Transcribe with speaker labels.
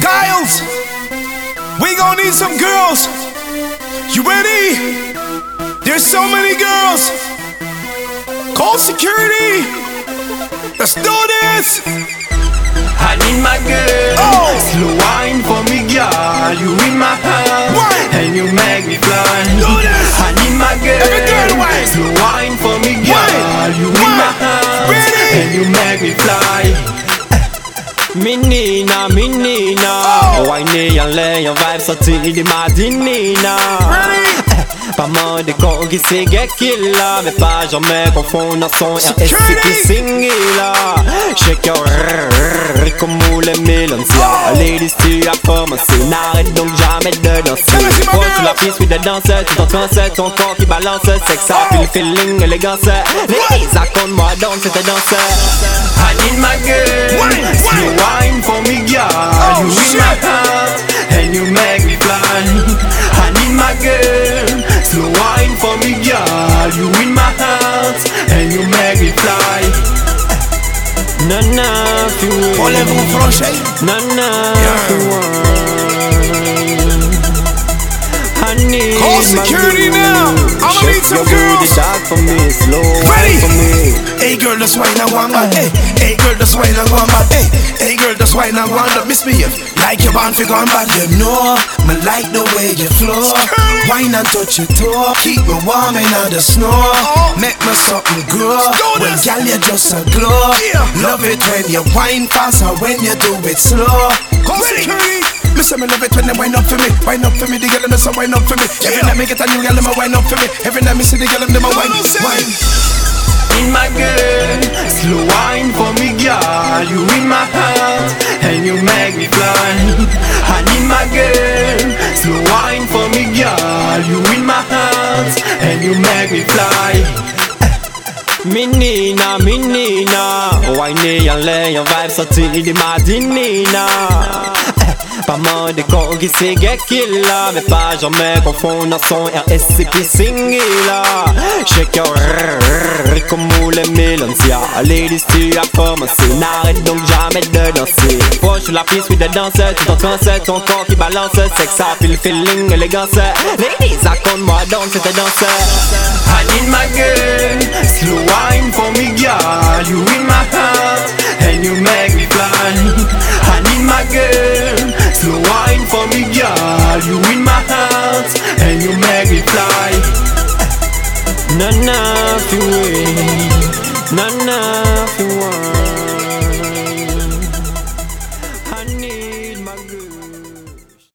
Speaker 1: Kyles, we gonna need some girls. You ready? There's so many girls. Call security. Let's do this.
Speaker 2: I need my girl.
Speaker 1: Oh.
Speaker 2: Slow wine for me, girl. You in my heart,
Speaker 1: Wine.
Speaker 2: and you make me blind.
Speaker 1: Do this.
Speaker 2: I need my girl.
Speaker 1: Every girl, wine.
Speaker 2: Slow wine for me, girl.
Speaker 1: Wine.
Speaker 2: You in my
Speaker 1: Wine.
Speaker 2: heart,
Speaker 1: Ready.
Speaker 2: and you make me fly. Menina, menina,
Speaker 1: Oh.
Speaker 2: wine and lay and vibe sorti di madinina.
Speaker 1: Ready?
Speaker 2: Pas mort de con qui c'est gay qu'il a, mais pas jamais confondre son RS qui
Speaker 1: Security.
Speaker 2: singe là. Shake your rrrr, comme où les mélancia.
Speaker 1: Oh.
Speaker 2: Ladies, tu as commencé, n'arrête donc jamais de danser.
Speaker 1: Come on, c'est ma
Speaker 2: Faut
Speaker 1: girl.
Speaker 2: sur la piste, oui, de danser, tout en transe, ton corps qui balance, sexe,
Speaker 1: Oh.
Speaker 2: appeal, feeling, élégance. Ladies, raconte-moi donc cette danse. I need my girl,
Speaker 1: Wine,
Speaker 2: slow
Speaker 1: wine.
Speaker 2: wine for me, girl.
Speaker 1: Oh,
Speaker 2: you in
Speaker 1: shit.
Speaker 2: my heart, and you make me blind. I need my girl, slow wine for me, girl. You in my heart, and you make me fly. Nana, tu
Speaker 1: Enlève mon crochet.
Speaker 2: Nana, you I need
Speaker 1: Call
Speaker 2: my
Speaker 1: security
Speaker 2: girl.
Speaker 1: now. I'ma
Speaker 2: Shake
Speaker 1: need some
Speaker 2: your booty,
Speaker 1: girls.
Speaker 2: shout for me, slow
Speaker 1: Ready.
Speaker 2: wine for me.
Speaker 3: Hey girl, that's why I want my hey. Hey girl, that's why I want my hey. Hey girl, that's why I want to misbehave. Like you want figure on bad, you know. Me like the way you flow. Wine and touch your toe. Keep me warm in the snow. Make me something grow.
Speaker 1: do
Speaker 3: When
Speaker 1: this.
Speaker 3: girl, you just a glow.
Speaker 1: Yeah.
Speaker 3: Love it when you wine fast or when you do it slow.
Speaker 1: Call
Speaker 3: Ready?
Speaker 1: security.
Speaker 3: Me say me love it when they wind up for me, wind up for me. The girl them say wind up for me. Every
Speaker 1: Yeah.
Speaker 3: time me get a new girl, them a wind up for me. Every time me see the girl, them a
Speaker 1: No,
Speaker 3: wine,
Speaker 1: no, say it.
Speaker 3: wine.
Speaker 2: in my girl Slow wine for me girl You in my heart And you make me blind I need my girl Slow wine for me girl You in my heart And you make me fly Menina, menina Wine and lay and vibe sorti di madinina Pas mort de con qui c'est gay qu'il a Mais pas jamais confondre son RSCP singe là Shake your rrrr, comme où les mélancia Ladies tu as commencé N'arrête donc jamais de danser Proche sur la piste oui de danser Tout en transe, ton corps qui balance Sex appeal, feeling, élégance Ladies raconte-moi donc cette danse I need my girl Slow wine for me girl You in my heart And you make me blind I need my girl Slow wine for me girl You in my heart And you make me fly Nana fi wine Nana fi wine I need my girl